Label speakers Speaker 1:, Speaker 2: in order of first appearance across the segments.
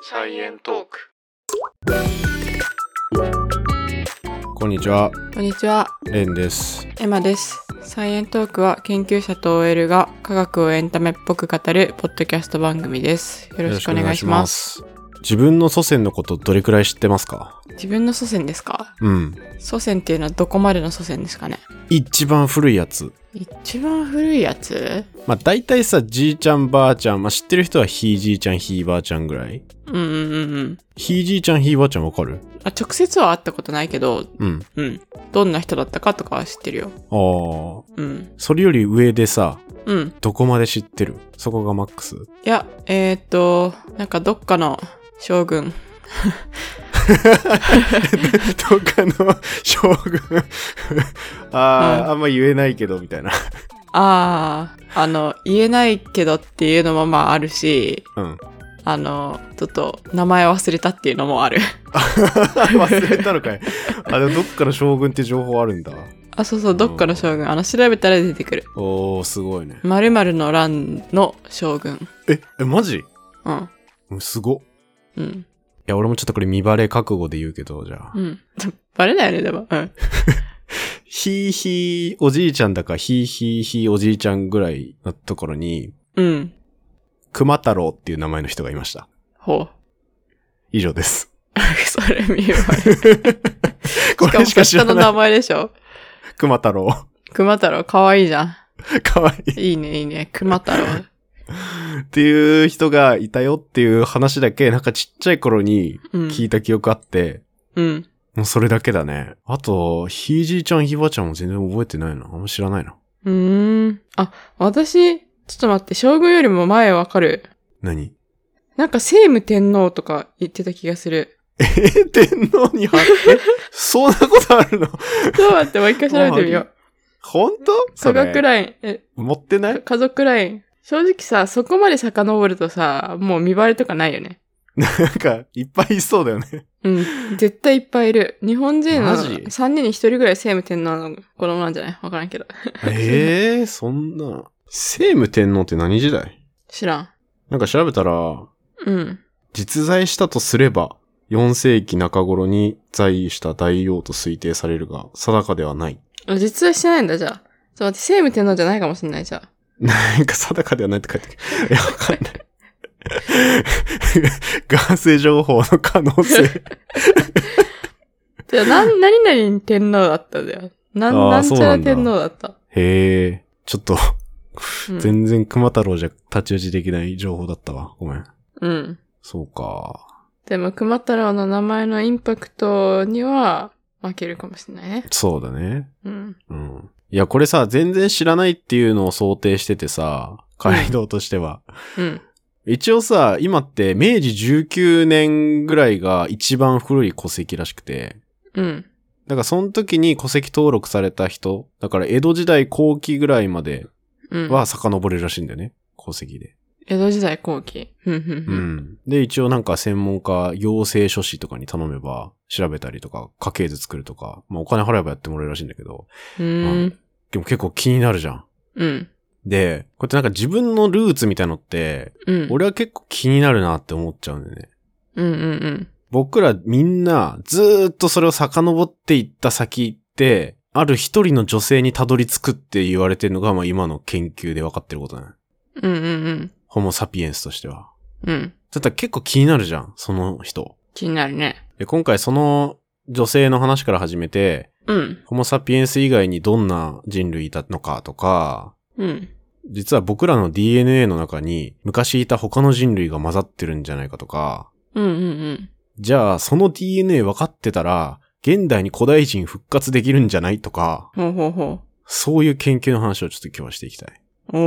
Speaker 1: サイエントーク。
Speaker 2: こんにちは、
Speaker 1: こんにちは、
Speaker 2: レンです。
Speaker 1: エマです。サイエントークは研究者と OL が科学をエンタメっぽく語るポッドキャスト番組です。よろしくお願いします。
Speaker 2: よろしくお願いします。自分の祖先のことどれくらい知ってますか
Speaker 1: 自分の祖先ですか
Speaker 2: うん。
Speaker 1: 祖先っていうのはどこまでの祖先ですかね
Speaker 2: 一番古いやつ。
Speaker 1: 一番古いやつ
Speaker 2: まあ大体さ、じいちゃんばあちゃん、まあ知ってる人はひいじいちゃんひいばあちゃんぐらい。
Speaker 1: うんうんうんうん。
Speaker 2: ひいじいちゃんひいばあちゃんわかる
Speaker 1: あ、直接は会ったことないけど、
Speaker 2: うん。
Speaker 1: うん。どんな人だったかとかは知ってるよ。
Speaker 2: ああ。
Speaker 1: うん。
Speaker 2: それより上でさ、
Speaker 1: うん。
Speaker 2: どこまで知ってるそこがマッ クス。
Speaker 1: いや、えー、っと、なんかどっかの将軍。
Speaker 2: どっかの将軍。あ
Speaker 1: う
Speaker 2: あ、
Speaker 1: ん
Speaker 2: あんま言えないけど、みたいな。
Speaker 1: ああ、あの、言えないけどっていうのもまああるし、
Speaker 2: うん。
Speaker 1: あの、ちょっと名前忘れたっていうのもある。
Speaker 2: 忘れたのかい。あ、でもどっかの将軍って情報あるんだ。
Speaker 1: あ、そうそう、どっかの将軍。あの、調べたら出てくる。
Speaker 2: おー、すごいね。
Speaker 1: 〇〇の乱の将軍。
Speaker 2: え、え、マジ
Speaker 1: うん。
Speaker 2: うんすごっ。い
Speaker 1: うん。
Speaker 2: や、俺もちょっとこれ見バレ覚悟で言うけど、じゃあ
Speaker 1: う。ん。バレないよね、でも。うん。
Speaker 2: ひいひいおじいちゃんだか、ひいひいひいおじいちゃんぐらいのところに、
Speaker 1: うん。
Speaker 2: 熊太郎っていう名前の人がいました。
Speaker 1: ほう。
Speaker 2: 以上です。
Speaker 1: それ見えばいい。
Speaker 2: これしか知ら
Speaker 1: 下の
Speaker 2: ない。
Speaker 1: 名前でしょ。
Speaker 2: 熊太郎。
Speaker 1: 熊太郎、かわいいじゃん。
Speaker 2: かわいい。
Speaker 1: いいね、いいね。熊太郎。
Speaker 2: っていう人がいたよっていう話だけ、なんかちっちゃい頃に
Speaker 1: うん。
Speaker 2: 聞いた記憶あって、
Speaker 1: うん。
Speaker 2: もうそれだけだね。あと、ひいじいちゃんひいばあちゃんも全然覚えてないな。あんま知らないな。
Speaker 1: うーん。あ、私、ちょっと待って、将軍よりも前わかる。
Speaker 2: 何
Speaker 1: なんか、聖武天皇とか言ってた気がする。
Speaker 2: え、天皇に 貼って、そんなことあるの
Speaker 1: ちょっと待って、もう一回調べてみよう。
Speaker 2: 本当
Speaker 1: 家
Speaker 2: そ
Speaker 1: 族
Speaker 2: れ。
Speaker 1: ライン、え、
Speaker 2: 持ってない
Speaker 1: 家族ライン。正直さ、そこまで遡るとさ、もう見バレとかないよね。
Speaker 2: なんか、いっぱいいそうだよね。
Speaker 1: うん。絶対いっぱいいる。日本人の
Speaker 2: マジ
Speaker 1: 3人に1人ぐらい聖武天皇の子供なんじゃ ないわからんけど。
Speaker 2: ええそんな。聖武天皇って何時代
Speaker 1: 知らん。
Speaker 2: なんか調べたら、
Speaker 1: うん。
Speaker 2: 実在したとすれば、4世紀中頃に在位した大王と推定されるが、定かではない。
Speaker 1: あ実在してないんだ、じゃあ。ちょっと待って、聖武天皇じゃないかもしんない、じゃあ。
Speaker 2: なんか定かではないって書いてある。いや、わかんない。 眼性情報の可能 性。
Speaker 1: じゃあ、 なん、何々天皇だったんだよ。なん、
Speaker 2: あー
Speaker 1: なんち
Speaker 2: そう
Speaker 1: ゃ
Speaker 2: な
Speaker 1: ら
Speaker 2: んだ
Speaker 1: 天皇だった。
Speaker 2: へえ、ちょっと、
Speaker 1: うん
Speaker 2: 全然熊太郎じゃ太刀打ちできない情報だったわ。ごめん。
Speaker 1: うん。
Speaker 2: そうか。
Speaker 1: でも、熊太郎の名前のインパクトには、負けるかもしんないね。
Speaker 2: そうだね。
Speaker 1: うん。
Speaker 2: うん。いや、これさ、全然知らないっていうのを想定しててさ、街道としては。
Speaker 1: うん。
Speaker 2: 一応さ、今って明治19年ぐらいが一番古い戸籍らしくて、
Speaker 1: うん。
Speaker 2: だからその時に戸籍登録された人、だから江戸時代後期ぐらいまで
Speaker 1: うん。
Speaker 2: は遡れるらしいんだよね。戸籍で。
Speaker 1: 江戸時代後期。うん、うん、
Speaker 2: う
Speaker 1: うん。
Speaker 2: ん。で、一応なんか専門家、行政書士とかに頼めば調べたりとか、家系図作るとか、まあお金払えばやってもらえるらしいんだけど、
Speaker 1: うーん。
Speaker 2: でも結構気になるじゃん。
Speaker 1: うん。
Speaker 2: で、こうやってなんか自分のルーツみたいのって、
Speaker 1: うん。
Speaker 2: 俺は結構気になるなって思っちゃうんだよね。
Speaker 1: うん、うん、うん。
Speaker 2: 僕らみんなずーっとそれを遡っていった先って、ある一人の女性にたどり着くって言われてるのが、まあ今の研究で分かってることだね。
Speaker 1: うん、うん、
Speaker 2: ホモサピエンスとしては。
Speaker 1: うん。うん。
Speaker 2: だったら結構気になるじゃん、その人。
Speaker 1: 気になるね。
Speaker 2: で、今回その女性の話から始めて、
Speaker 1: うん。
Speaker 2: ホモサピエンス以外にどんな人類いたのかとか、
Speaker 1: うん。
Speaker 2: 実は僕らの DNA の中に昔いた他の人類が混ざってるんじゃないかとか、
Speaker 1: うん、うん、うん。
Speaker 2: じゃあその DNA 分かってたら、現代に古代人復活できるんじゃないとか、
Speaker 1: ほうほうほ
Speaker 2: そういう研究の話をちょっと今日はしていきたい。
Speaker 1: う。お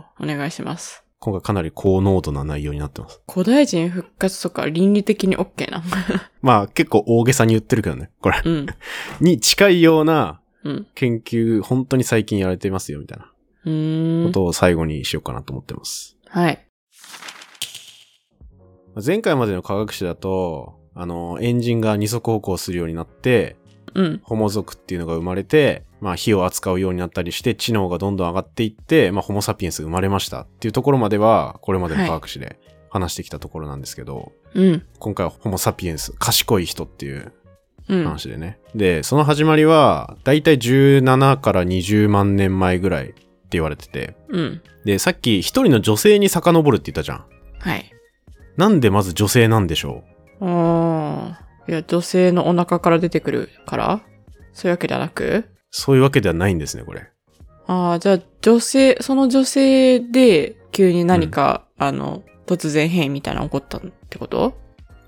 Speaker 1: ー、お願いします。
Speaker 2: 今回かなり高濃度な内容になってます。
Speaker 1: 古代人復活とか倫理的に OK な。
Speaker 2: まあ結構大げさに言ってるけどね、これ。
Speaker 1: うん。
Speaker 2: に近いような
Speaker 1: うん。
Speaker 2: 研究、本当に最近やられてますよ、みたいな
Speaker 1: う
Speaker 2: こ
Speaker 1: ーん。
Speaker 2: とを最後にしようかなと思ってます。
Speaker 1: はい。
Speaker 2: 前回までの科学史だと、あの、エンジンが二足歩行するようになって、
Speaker 1: うん。
Speaker 2: ホモ族っていうのが生まれて、まあ火を扱うようになったりして、知能がどんどん上がっていって、まあホモサピエンスが生まれましたっていうところまでは、これまでの科学史で話してきたところなんですけど、
Speaker 1: うん。
Speaker 2: 今回はホモ・サピエンス、賢い人っていう
Speaker 1: うん。
Speaker 2: 話でね。で、その始まりは、だいたい17から20万年前ぐらいって言われてて、
Speaker 1: うん。
Speaker 2: で、さっき一人の女性に遡るって言ったじゃん。
Speaker 1: はい。
Speaker 2: なんでまず女性なんでしょ
Speaker 1: ああ。いや、女性のお腹から出てくるからそういうわけではなく
Speaker 2: うそういうわけではないんですね、これ。
Speaker 1: ああ、じゃあ女性、その女性で急に何か、あの、突然変異みたいなの起こったってこと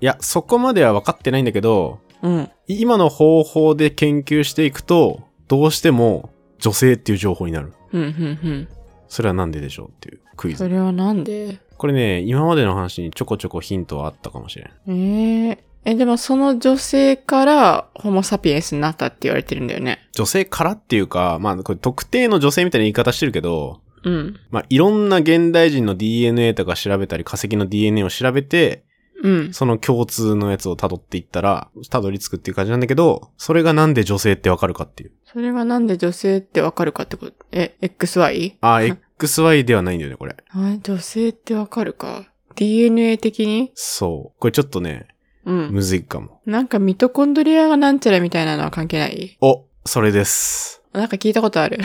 Speaker 2: いや、そこまでは分かってないんだけど、
Speaker 1: うん。
Speaker 2: 今の方法で研究していくと、どうしても女性っていう情報になる。
Speaker 1: うん、うん、
Speaker 2: それはなんででしょうっていうク
Speaker 1: う
Speaker 2: イ
Speaker 1: ん。そ
Speaker 2: ズ。
Speaker 1: れはなんで
Speaker 2: これね、今までの話にちょこちょこヒントはあったかもしれん。
Speaker 1: えー、え、でもその女性からホモサピエンスになったって言われてるんだよね。
Speaker 2: 女性からっていうか、まあ、これ特定の女性みたいな言い方してるけど、
Speaker 1: うん。
Speaker 2: まあ、いろんな現代人の DNA とか調べたり、化石の DNA を調べて、
Speaker 1: うん。
Speaker 2: その共通のやつを辿っていったら、辿り着くっていう感じなんだけど、それがなんで女性ってわかるかっていう。
Speaker 1: それがなんで女性ってわかるかってことえ、XY?
Speaker 2: あ ー、XY ではないんだよね、これ。
Speaker 1: あ女性ってわかるか。DNA 的に
Speaker 2: そう。これちょっとね、
Speaker 1: うん。
Speaker 2: むずいかも。
Speaker 1: なんかミトコンドリアがなんちゃらみたいなのは関係ない
Speaker 2: お、それです。
Speaker 1: なんか聞いたことある。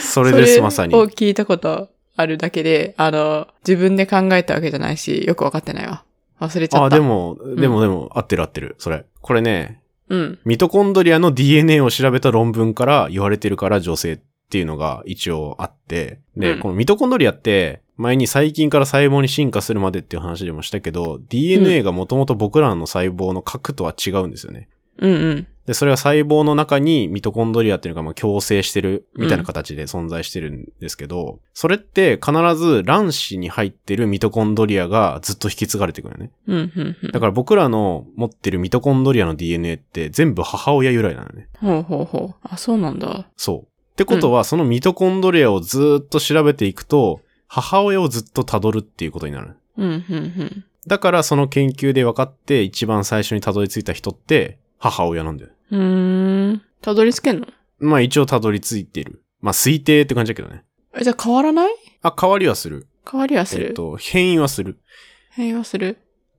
Speaker 2: それです、まさに。
Speaker 1: を聞いたことあるだけで、あの、自分で考えたわけじゃないし、よくわかってないわ。忘れちゃった。
Speaker 2: あ、で。も、で
Speaker 1: う
Speaker 2: も
Speaker 1: ん
Speaker 2: でも、合ってる合ってる。それ。これね、
Speaker 1: うん。
Speaker 2: ミトコンドリアの DNA を調べた論文から言われてるから女性っていうのが一応あって、で、
Speaker 1: うん
Speaker 2: このミトコンドリアって、前に細菌から細胞に進化するまでっていう話でもしたけど、DNA がもともと僕らの細胞の核とは違うんですよね。
Speaker 1: うんうん。
Speaker 2: で、それは細胞の中にミトコンドリアっていうのがまあ共生してるみたいな形で存在してるんですけど、それって必ず卵子に入ってるミトコンドリアがずっと引き継がれていくのよね。
Speaker 1: うんうんうん。
Speaker 2: だから僕らの持ってるミトコンドリアの DNA って全部母親由来なのね。
Speaker 1: ほうほうほう。あ、そうなんだ。
Speaker 2: そう。ってことは、そのミトコンドリアをずーっと調べていくと、母親をずっと辿るっていうことになる。
Speaker 1: うんうんうん。
Speaker 2: だからその研究で分かって一番最初に辿り着いた人って母親なんだよ。
Speaker 1: うーん。たどり着けんの
Speaker 2: まあ一応辿り着いてる。まあ推定って感じだけどね。
Speaker 1: え、じゃあ変わらない
Speaker 2: あ、変わりはする。
Speaker 1: 変わりはす
Speaker 2: えっ
Speaker 1: る。
Speaker 2: と、変異はする。
Speaker 1: 変容する。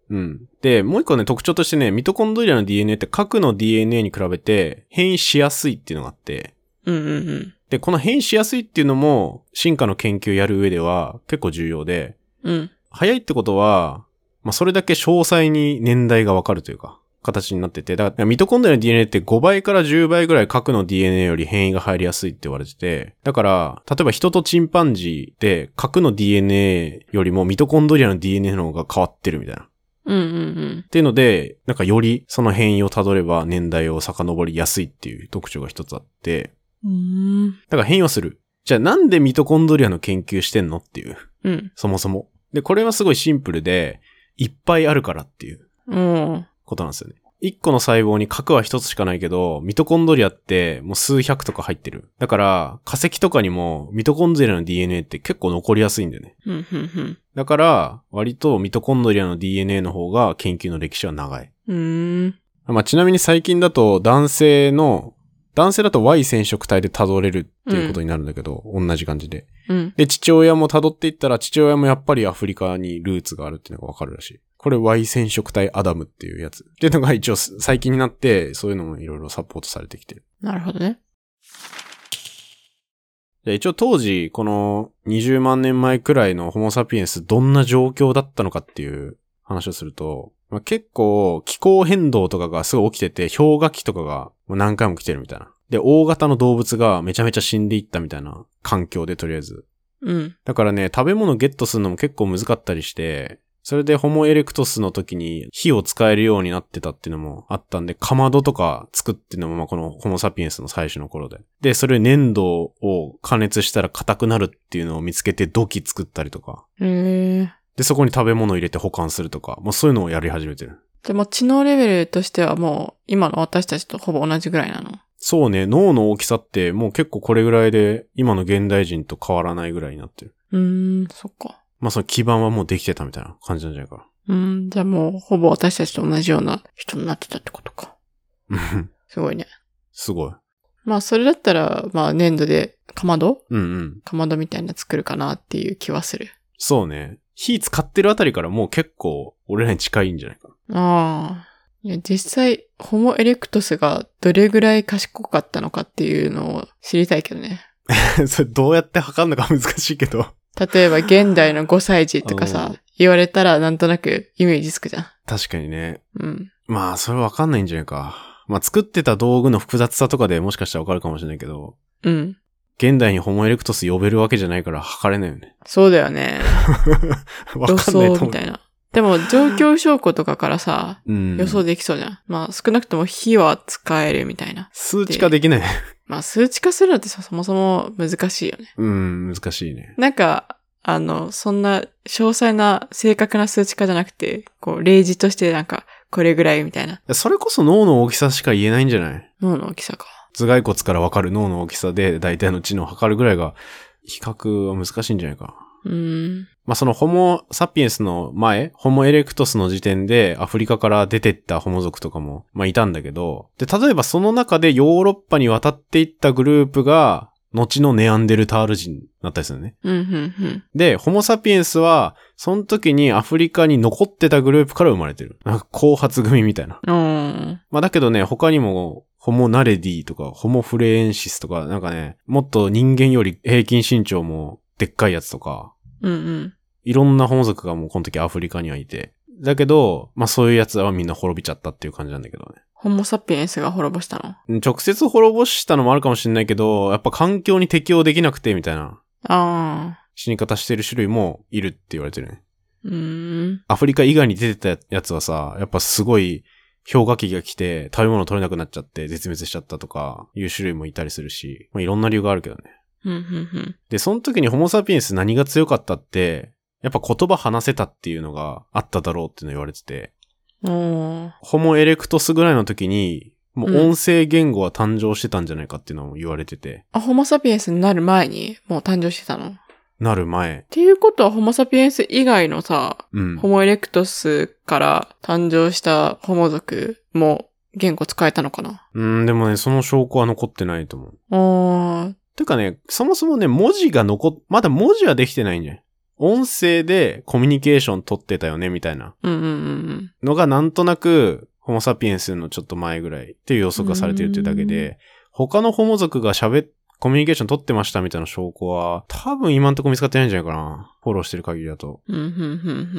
Speaker 2: うん。で、もう一個ね、特徴としてね、ミトコンドリアの DNA って核の DNA に比べて変異しやすいっていうのがあって、
Speaker 1: うんうんうん。
Speaker 2: で、この変異しやすいっていうのも、進化の研究やる上では結構重要で、
Speaker 1: うん。
Speaker 2: 早いってことは、まあ、それだけ詳細に年代がわかるというか、形になってて、だからミトコンドリアの DNA って5倍から10倍ぐらい核の DNA より変異が入りやすいって言われてて、だから、例えば人とチンパンジーで核の DNA よりもミトコンドリアの DNA の方が変わってるみたいな。っ
Speaker 1: うんうん
Speaker 2: ていうので、なんかよりその変異をたどれば年代を遡りやすいっていう特徴が一つあって、
Speaker 1: うん。うーん。
Speaker 2: だから変異はする。じゃあなんでミトコンドリアの研究してんのっていう、
Speaker 1: うん。
Speaker 2: そもそも。で、これはすごいシンプルで、いっぱいあるからっていう
Speaker 1: うん。
Speaker 2: ことなんですよね。一個の細胞に核は一つしかないけど、ミトコンドリアってもう数百とか入ってる。だから、化石とかにもミトコンドリアの DNA って結構残りやすいんだよね。
Speaker 1: うんうん
Speaker 2: だから、割とミトコンドリアの DNA の方が研究の歴史は長い。
Speaker 1: うん。うーん。
Speaker 2: まあ、ちなみに最近だと男性の、男性だと Y 染色体で辿れるっていうことになるんだけど、同じ感じで。
Speaker 1: うん。
Speaker 2: で、父親も辿っていったら、父親もやっぱりアフリカにルーツがあるっていうのがわかるらしい。これ Y 染色体アダムっていうやつ。っていうのが一応最近になって、そういうのもいろいろサポートされてきてる。
Speaker 1: なるほどね。
Speaker 2: で、一応当時、この20万年前くらいのホモサピエンス、どんな状況だったのかっていう話をすると、まあ、結構気候変動とかがすごい起きてて、氷河期とかがもう何回も来てるみたいな。で、大型の動物がめちゃめちゃ死んでいったみたいな環境でとりあえず。
Speaker 1: うん。
Speaker 2: だからね、食べ物ゲットするのも結構難かったりして、それでホモエレクトスの時に火を使えるようになってたっていうのもあったんで、かまどとか作ってるのもまあこのホモサピエンスの最初の頃で。で、それ粘土を加熱したら硬くなるっていうのを見つけて土器作ったりとか。
Speaker 1: へえー。
Speaker 2: で、そこに食べ物を入れて保管するとか、もうそういうのをやり始めてる。
Speaker 1: じゃあもう知能レベルとしてはもう今の私たちとほぼ同じぐらいなの。
Speaker 2: そうね、脳の大きさってもう結構これぐらいで今の現代人と変わらないぐらいになってる。
Speaker 1: うーん、そっか。
Speaker 2: まあその基盤はもうできてたみたいな感じなんじゃないか
Speaker 1: うーん、じゃあもうほぼ私たちと同じような人になってたってことか。
Speaker 2: な。うん
Speaker 1: すごいね。
Speaker 2: すごい。
Speaker 1: まあそれだったら、まあ粘土でかまど
Speaker 2: うんうん。
Speaker 1: かまどみたいなの作るかなっていう気はする。
Speaker 2: そうね。火使ってるあたりからもう結構俺らに近いんじゃないか な。
Speaker 1: ああ。いや、実際、ホモエレクトスがどれぐらい賢かったのかっていうのを知りたいけどね。
Speaker 2: それどうやって測るのか難しいけど。
Speaker 1: 例え ば、現代の5歳児とかさ、言われたらなんとなくイメージつくじゃん。
Speaker 2: 確かにね。
Speaker 1: うん。
Speaker 2: まあ、それわかんないんじゃないか。まあ、作ってた道具の複雑さとかでもしかしたらわかるかもしれないけど、
Speaker 1: うん。
Speaker 2: 現代にホモエレクトス呼べるわけじゃないから測れない よね。
Speaker 1: そうだよね。予
Speaker 2: わかんないと
Speaker 1: 想
Speaker 2: 思
Speaker 1: み
Speaker 2: う
Speaker 1: た。いな。でも、状況証拠とかからさ、
Speaker 2: うん。
Speaker 1: 予想できそうじゃん。まあ、少なくとも火は使えるみたいな。
Speaker 2: 数値化できない。
Speaker 1: まあ、数値化するのってさそもそも難しいよね。
Speaker 2: うん、難しいね。
Speaker 1: なんか、あの、そんな詳細な正確な数値化じゃなくて、こう、例示としてなんか、これぐらいみたいな。
Speaker 2: それこそ脳の大きさしか言えないんじゃない
Speaker 1: 脳の大きさか。
Speaker 2: 頭蓋骨からわかる脳の大きさで大体の知能を測るぐらいが、比較は難しいんじゃないか。
Speaker 1: うーん。
Speaker 2: まあ、そのホモ・サピエンスの前、ホモ・エレクトスの時点でアフリカから出てったホモ族とかも、まあ、いたんだけど、で、例えばその中でヨーロッパに渡っていったグループが、後のネアンデルタール人だったりするのね。
Speaker 1: うん、うん、うん。
Speaker 2: で、ホモ・サピエンスは、その時にアフリカに残ってたグループから生まれてる。なんか後発組みたいな。
Speaker 1: うーん。
Speaker 2: まあだけどね、他にも、ホモナレディとか、ホモフレエンシスとか、なんかね、もっと人間より平均身長もでっかいやつとか、
Speaker 1: うん、うん。
Speaker 2: いろんなホモ族がもうこの時アフリカにはいて。だけど、まあそういうやつらはみんな滅びちゃったっていう感じなんだけど
Speaker 1: ホモサピエンスが滅ぼしたの。
Speaker 2: ね。直接滅ぼしたのもあるかもしれないけど、やっぱ環境に適応できなくてみたいな
Speaker 1: ああ。
Speaker 2: 死に方してる種類もいるって言われてるね。
Speaker 1: うーん。
Speaker 2: アフリカ以外に出てたやつはさ、やっぱすごい氷河期が来て食べ物取れなくなっちゃって絶滅しちゃったとかいう種類もいたりするし、まあ、いろんな理由があるけどね。
Speaker 1: うん、うん、
Speaker 2: で、その時にホモサピエンス何が強かったって、やっぱ言葉話せたっていうのがあっただろうっていうの言われてて、
Speaker 1: うん。おー。
Speaker 2: ホモエレクトスぐらいの時に、もう
Speaker 1: うん
Speaker 2: 音声言語は誕生してたんじゃないかっていうのも言われてて、
Speaker 1: あ、ホモサピエンスになる前に、もう誕生してたの。っ
Speaker 2: なる前。
Speaker 1: ていうことは、ホモサピエンス以外のさ、
Speaker 2: うん
Speaker 1: ホ。モエレクトスから誕生したホモ族も言語使えたのかな
Speaker 2: うん、でもね、その証拠は残ってないと思う。
Speaker 1: あー、
Speaker 2: てかね、そもそもね、文字が残っ、まだ文字はできてないんじゃない音声でコミュニケーション取ってたよね、みたいな
Speaker 1: うんうんうん
Speaker 2: のがなんとなく、ホモサピエンスのちょっと前ぐらいっていう予測がされてるっていうだけ
Speaker 1: う
Speaker 2: で、他のホモ族が喋っ、コミュニケーション取ってましたみたいな証拠は、多分今んとこ見つかってないんじゃないかな。フォローしてる限りだと。
Speaker 1: うん。うんうんうんう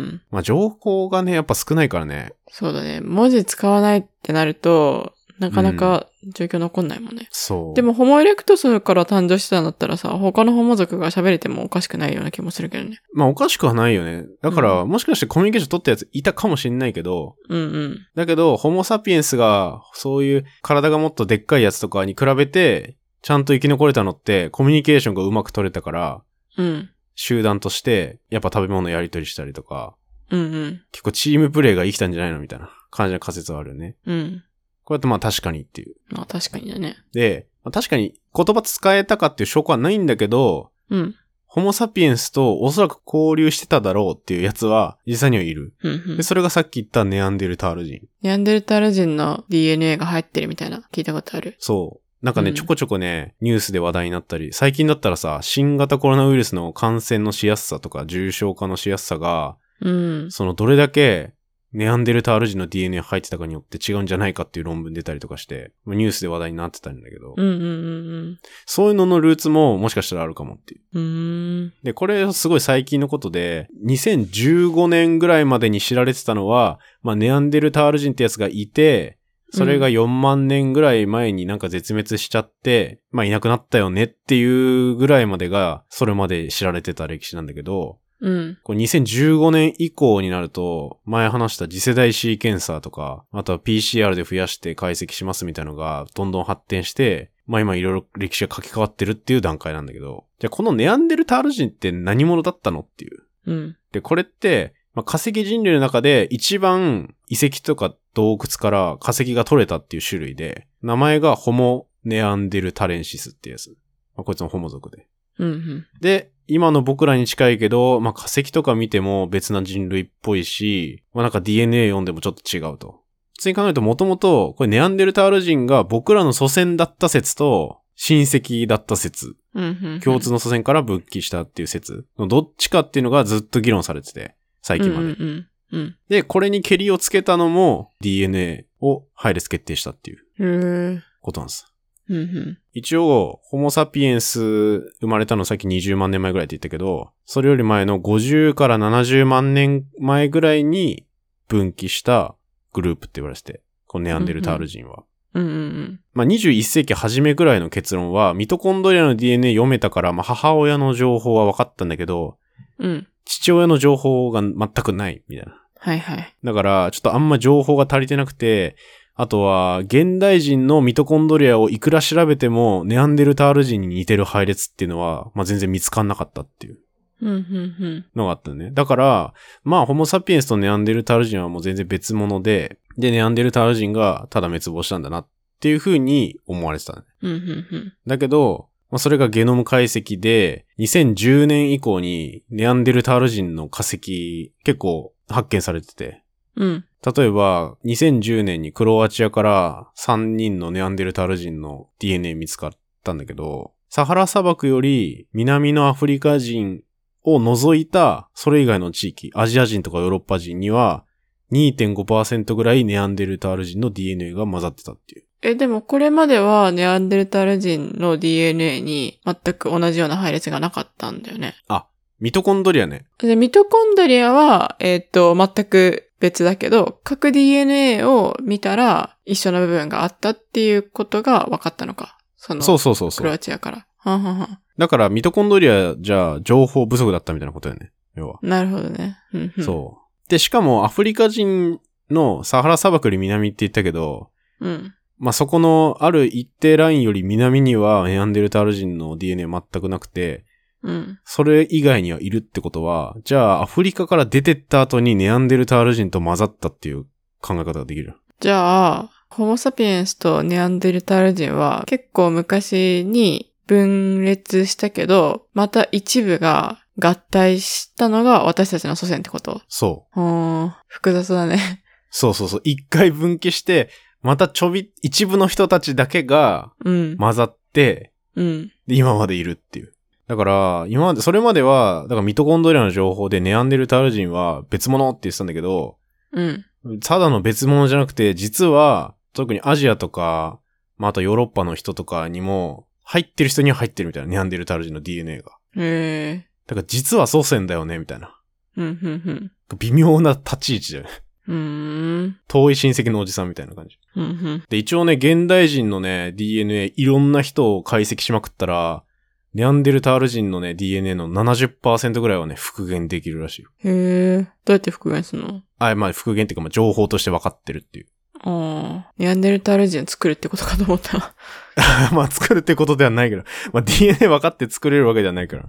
Speaker 1: ん。
Speaker 2: まあ、情報がね、やっぱ少ないからね。
Speaker 1: そうだね。文字使わないってなると、なかなか状況残んないもんね。
Speaker 2: そう。
Speaker 1: で、も、ホモエレクトスから誕生してたんだったらさ、他のホモ族が喋れてもおかしくないような気もするけどね。
Speaker 2: まあ、おかしくはないよね。だから、
Speaker 1: う
Speaker 2: もしかしてコミュニケーション取ったやついたかもしんないけど、
Speaker 1: うんうん。
Speaker 2: だけど、ホモサピエンスが、そういう体がもっとでっかいやつとかに比べて、ちゃんと生き残れたのって、コミュニケーションがうまく取れたから、
Speaker 1: うん。
Speaker 2: 集団として、やっぱ食べ物やり取りしたりとか、
Speaker 1: うんうん。
Speaker 2: 結構チームプレーが生きたんじゃないのみたいな感じの仮説はあるよね。
Speaker 1: うん。
Speaker 2: こうやってまあ確かにっていう。
Speaker 1: まあ確かにだね。
Speaker 2: で、まあ確かに言葉使えたかっていう証拠はないんだけど、
Speaker 1: うん。
Speaker 2: ホモサピエンスとおそらく交流してただろうっていうやつは実際にはいる。
Speaker 1: うんうん
Speaker 2: で、。それがさっき言ったネアンデルタール人。
Speaker 1: ネアンデルタール人の DNA が入ってるみたいな聞いたことある。
Speaker 2: そう。なんかね、
Speaker 1: うん
Speaker 2: ちょこちょこね、ニュースで話題になったり、最近だったらさ、新型コロナウイルスの感染のしやすさとか、重症化のしやすさが、
Speaker 1: うん。
Speaker 2: そのどれだけ、ネアンデルタール人の DNA 入ってたかによって違うんじゃないかっていう論文出たりとかして、ニュースで話題になってたんだけど、
Speaker 1: うんうんうん
Speaker 2: そういうののルーツももしかしたらあるかもっていう。
Speaker 1: うん。うーん。
Speaker 2: で、これすごい最近のことで、2015年ぐらいまでに知られてたのは、まあ、ネアンデルタール人ってやつがいて、それが4万年ぐらい前になんか絶滅しちゃって、まあ、いなくなったよねっていうぐらいまでが、それまで知られてた歴史なんだけど、
Speaker 1: うん。
Speaker 2: こう2015年以降になると、前話した次世代シーケンサーとか、あとは PCR で増やして解析しますみたいなのがどんどん発展して、まあ今いろいろ歴史が書き換わってるっていう段階なんだけど、じゃあこのネアンデルタール人って何者だったのっていう。
Speaker 1: うん。
Speaker 2: で、これって、まあ、化石人類の中で一番遺跡とか洞窟から化石が取れたっていう種類で、名前がホモネアンデルタレンシスってやつ。まあ、こいつもホモ族で。
Speaker 1: うんうん。
Speaker 2: で、今の僕らに近いけど、まあ、化石とか見ても別な人類っぽいし、まあ、なんか DNA 読んでもちょっと違うと。普通に考えるともともと、これネアンデルタール人が僕らの祖先だった説と、親戚だった説、
Speaker 1: うんうんうん
Speaker 2: 共通の祖先から分岐したっていう説のどっちかっていうのがずっと議論されてて、最近ま
Speaker 1: うん
Speaker 2: で。
Speaker 1: うんうん。
Speaker 2: で、これにケリをつけたのも DNA を配列決定したっていう
Speaker 1: うん。へ
Speaker 2: ことなんです。
Speaker 1: ーうんうん。
Speaker 2: 一応、ホモサピエンス生まれたのさっき20万年前ぐらいって言ったけど、それより前の50から70万年前ぐらいに分岐したグループって言われてて、このネアンデルタール人は。
Speaker 1: うんうん
Speaker 2: まあ、21世紀初めぐらいの結論は、ミトコンドリアの DNA 読めたから、まあ、母親の情報は分かったんだけど、
Speaker 1: うん。うん。
Speaker 2: 父親の情報が全くない、みたいな。
Speaker 1: はいはい。
Speaker 2: だから、ちょっとあんま情報が足りてなくて、あとは、現代人のミトコンドリアをいくら調べても、ネアンデルタール人に似てる配列っていうのは、まあ、全然見つかんなかったっていう
Speaker 1: うんうん
Speaker 2: のがあったね。だから、まあ、ホモサピエンスとネアンデルタール人はもう全然別物で、で、ネアンデルタール人がただ滅亡したんだなっていうふうに思われてたね。
Speaker 1: うん。うんうんうん。
Speaker 2: だけど、まあ、それがゲノム解析で、2010年以降にネアンデルタール人の化石結構発見されてて、
Speaker 1: うん。
Speaker 2: 例えば2010年にクロアチアから3人のネアンデルタール人の DNA 見つかったんだけど、サハラ砂漠より南のアフリカ人を除いたそれ以外の地域、アジア人とかヨーロッパ人には2.5%ぐらいネアンデルタール人の DNA が混ざってたっていう。
Speaker 1: え、でもこれまではネアンデルタール人の DNA に全く同じような配列がなかったんだよね。
Speaker 2: ミトコンドリアね。
Speaker 1: で、ミトコンドリアは、えっ、と、全く別だけど、各 DNA を見たら一緒の部分があったっていうことが分かったのか。その、
Speaker 2: そうそうそうそ
Speaker 1: ク
Speaker 2: う。
Speaker 1: ロアチアから。はんはんはん
Speaker 2: だから、ミトコンドリアじゃ、情報不足だったみたいなことよね。要は。
Speaker 1: なるほどね。うんうん、
Speaker 2: そう。で、しかも、アフリカ人のサハラ砂漠より南って言ったけど、
Speaker 1: う。うん。
Speaker 2: まあ、そこのある一定ラインより南にはネアンデルタール人の DNA 全くなくて、
Speaker 1: うん。
Speaker 2: それ以外にはいるってことは、じゃあアフリカから出てった後にネアンデルタール人と混ざったっていう考え方ができる。
Speaker 1: じゃあ、ホモサピエンスとネアンデルタール人は結構昔に分裂したけど、また一部が合体したのが私たちの祖先ってこと
Speaker 2: そう。
Speaker 1: うーん、複雑だね。
Speaker 2: そうそうそう。一回分岐して、またちょび、一部の人たちだけが
Speaker 1: うん。
Speaker 2: 混ざって、
Speaker 1: うん。
Speaker 2: で、今までいるっていう。だから、今まで、それまでは、だからミトコンドリアの情報でネアンデルタール人は別物って言ってたんだけど、
Speaker 1: うん。
Speaker 2: ただの別物じゃなくて、実は、特にアジアとか、まあ、あとヨーロッパの人とかにも、入ってる人には入ってるみたいな、ネアンデルタール人の DNA が。
Speaker 1: へえ。
Speaker 2: だから実は祖先だよね、みたいな。
Speaker 1: うん、ふんふん。
Speaker 2: 微妙な立ち位置だよね。
Speaker 1: うーん。
Speaker 2: 遠い親戚のおじさんみたいな感じ。
Speaker 1: うん、ふん。
Speaker 2: で、一応ね、現代人のね、DNA、いろんな人を解析しまくったら、ネアンデルタール人のね、DNA の70%ぐらいはね、復元できるらしいよ。
Speaker 1: へえ。どうやって復元するの
Speaker 2: あ、まあ、復元っていうか、まあ、情報として分かってるっていう。
Speaker 1: ああ。ネアンデルタール人作るってことかと思った。
Speaker 2: まあ、作るってことではないけど、まあ、DNA 分かって作れるわけじゃないから。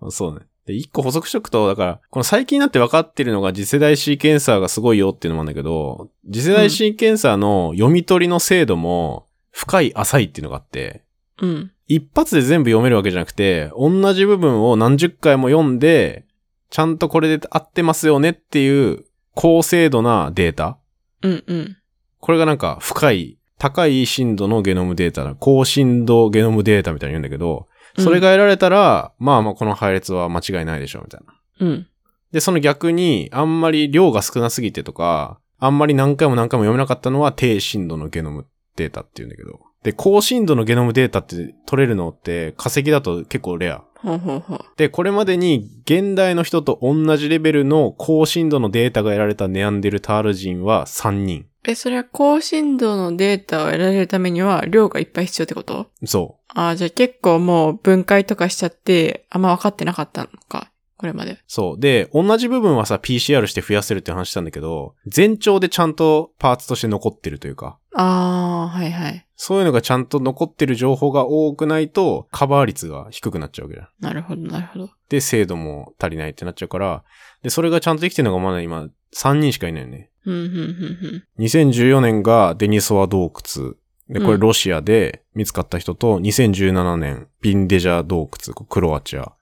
Speaker 2: まあそうね。で、一個補足しとくと、だから、この最近になって分かってるのが次世代シーケンサーがすごいよっていうのもあるんだけど、次世代シーケンサーの読み取りの精度も、深い浅いっていうのがあって、
Speaker 1: うん。うん。
Speaker 2: 一発で全部読めるわけじゃなくて、同じ部分を何十回も読んで、ちゃんとこれで合ってますよねっていう高精度なデータ。
Speaker 1: うん、うん。
Speaker 2: これがなんか深い、高い深度のゲノムデータだ、高深度ゲノムデータみたいに言うんだけど、それが得られたら、まあまあこの配列は間違いないでしょうみたいな。
Speaker 1: うん。
Speaker 2: で、その逆に、あんまり量が少なすぎてとか、あんまり何回も何回も読めなかったのは低深度のゲノムデータって言うんだけど。で、高深度のゲノムデータって取れるのって化石だと結構レア。
Speaker 1: ほうほうほう。
Speaker 2: で、これまでに現代の人と同じレベルの高深度のデータが得られたネアンデルタール人は3人。
Speaker 1: え、それは高深度のデータを得られるためには量がいっぱい必要ってこと
Speaker 2: そう。
Speaker 1: ああ、じゃあ結構もう分解とかしちゃって、あんま分かってなかったのか。これまで。
Speaker 2: そう。で、同じ部分はさ、PCR して増やせるって話したんだけど、全長でちゃんとパーツとして残ってるというか、
Speaker 1: ああ、はいはい。
Speaker 2: そういうのがちゃんと残ってる情報が多くないと、カバー率が低くなっちゃうわけじゃん。
Speaker 1: なるほど、なるほど。
Speaker 2: で、精度も足りないってなっちゃうから、で、それがちゃんとできてるのがまだ今、3人しかいないよね。
Speaker 1: うん、うん、うん、
Speaker 2: 2014年がデニソワ洞窟。で、こ
Speaker 1: う
Speaker 2: れ
Speaker 1: ん
Speaker 2: ロシアで見つかった人と、2017年、ビンデジャ洞窟、クロアチア。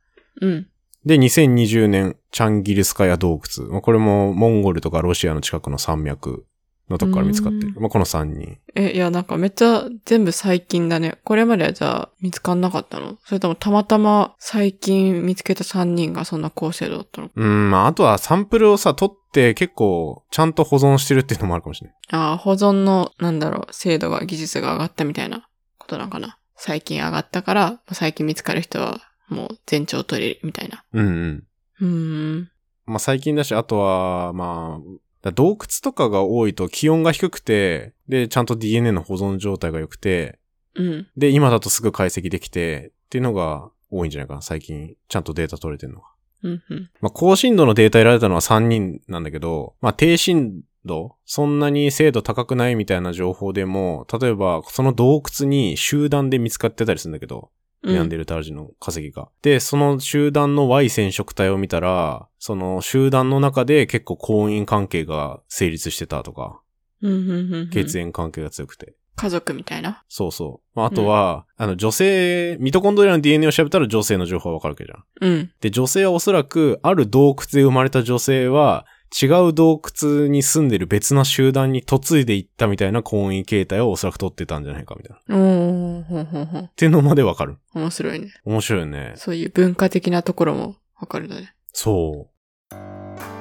Speaker 1: うん。うん。
Speaker 2: で、2020年、チャンギルスカヤ洞窟。まあこれもモンゴルとかロシアの近くの山脈のとこから見つかってる。
Speaker 1: うん
Speaker 2: まあ、この3人。
Speaker 1: え、いや、なんかめっちゃ全部最近だね。これまではじゃあ見つかんなかったのそれともたまたま最近見つけた3人がそんな高精度だったの
Speaker 2: うん、まあ、あとはサンプルをさ、取って結構ちゃんと保存してるっていうのもあるかもしれない。
Speaker 1: ああ、保存の、なんだろう、精度が、技術が上がったみたいなことなのかな。最近上がったから、最近見つかる人はもう全長取れるみたいな。
Speaker 2: うんうん。
Speaker 1: うーん。
Speaker 2: まあ、最近だし、あとは、まあ、だ洞窟とかが多いと気温が低くて、で、ちゃんと DNA の保存状態が良くて、
Speaker 1: うん。
Speaker 2: で、今だとすぐ解析できて、っていうのが多いんじゃないかな、最近。ちゃんとデータ取れてるのが。
Speaker 1: うん、うん。
Speaker 2: まあ、高深度のデータ得られたのは3人なんだけど、まあ、低深度、そんなに精度高くないみたいな情報でも、例えば、その洞窟に集団で見つかってたりするんだけど、
Speaker 1: うん、
Speaker 2: ネアンデルタール人の化石が。で、その集団の Y 染色体を見たら、その集団の中で結構婚姻関係が成立してたとか、
Speaker 1: うん、うん、うん。
Speaker 2: 血縁関係が強くて。
Speaker 1: 家族みたいな。
Speaker 2: そうそう。まあ、あとは、あの、女性、ミトコンドリアの DNA を調べたら女性の情報はわかるわけじゃん。
Speaker 1: うん。
Speaker 2: で、女性はおそらく、ある洞窟で生まれた女性は、違う洞窟に住んでる別な集団に嫁いでいったみたいな婚姻形態をおそらく取ってたんじゃないかみたいな。っ
Speaker 1: おー、ほんほんほん。
Speaker 2: ていうのまでわかる。
Speaker 1: 面白いね。
Speaker 2: 面白いよね。
Speaker 1: そういう文化的なところもわかるだね。
Speaker 2: そう。